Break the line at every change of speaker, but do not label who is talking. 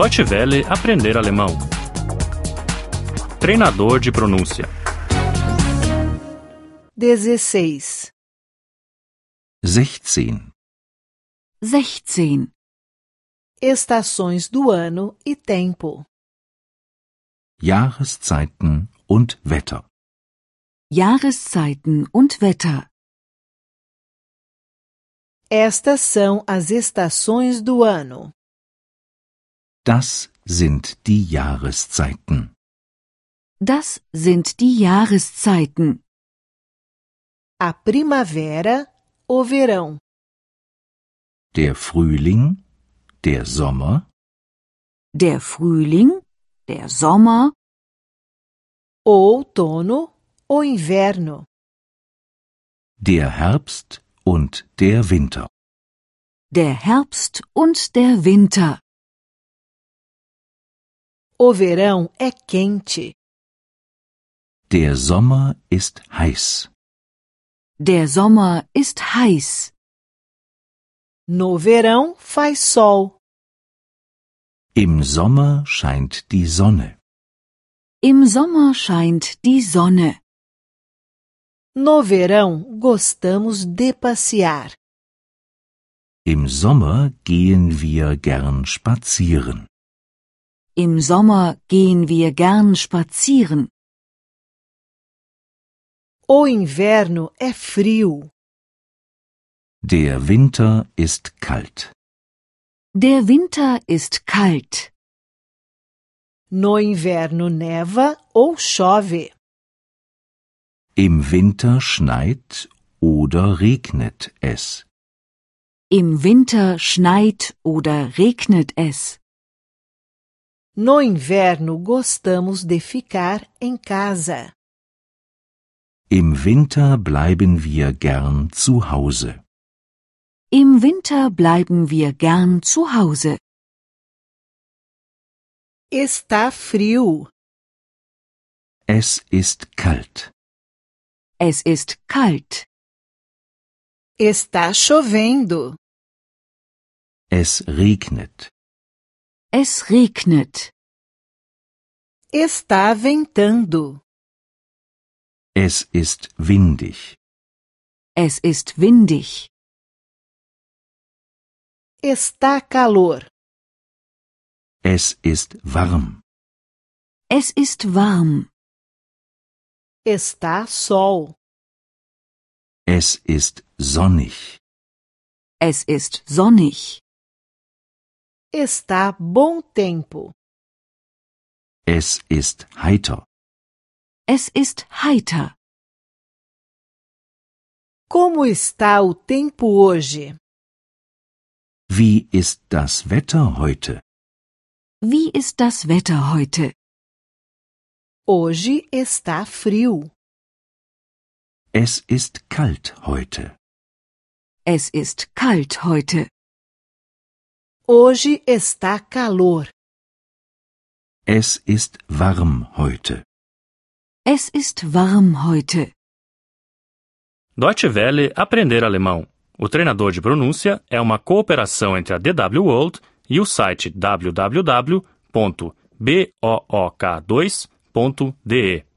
Deutsche Welle aprender alemão. Treinador de pronúncia.
16.
16.
16.
Estações do ano e tempo.
Jahreszeiten und Wetter.
Jahreszeiten und Wetter.
Estas são as estações do ano.
Das sind die Jahreszeiten.
Das sind die Jahreszeiten.
A primavera, o verão.
Der Frühling, der Sommer,
Der Frühling, der Sommer,
O outono, o inverno.
der Herbst und der Winter.
der Herbst und der Winter.
O verão é quente.
Der Sommer ist heiß.
Der Sommer ist heiß.
No verão faz sol.
Im Sommer scheint die Sonne.
Im Sommer scheint die Sonne.
No verão gostamos de passear.
Im Sommer gehen wir gern spazieren.
Im Sommer gehen wir gern spazieren.
O inverno é frio.
Der Winter ist kalt.
Der Winter ist kalt.
No inverno neva ou chove.
Im Winter schneit oder regnet es.
Im Winter schneit oder regnet es.
No inverno gostamos de ficar em casa.
Im Winter bleiben wir gern zu Hause.
Im Winter bleiben wir gern zu Hause.
Está frio.
Es ist kalt.
Es ist kalt.
Está chovendo.
Es regnet.
Es regnet.
Está ventando.
Es ist windig.
Es ist windig.
Está calor.
Es ist warm.
Es ist warm.
Está sol.
Es ist sonnig.
Es ist sonnig.
Está bom tempo.
Es ist heiter.
Es ist heiter.
Como está o tempo hoje?
Wie ist das Wetter heute?
Wie ist das Wetter heute?
Hoje está frio.
Es ist kalt heute.
Es ist kalt heute.
Hoje está calor.
Es ist warm heute.
Es ist warm heute.
Deutsche Welle aprender alemão. O treinador de pronúncia é uma cooperação entre a DW World e o site www.book2.de.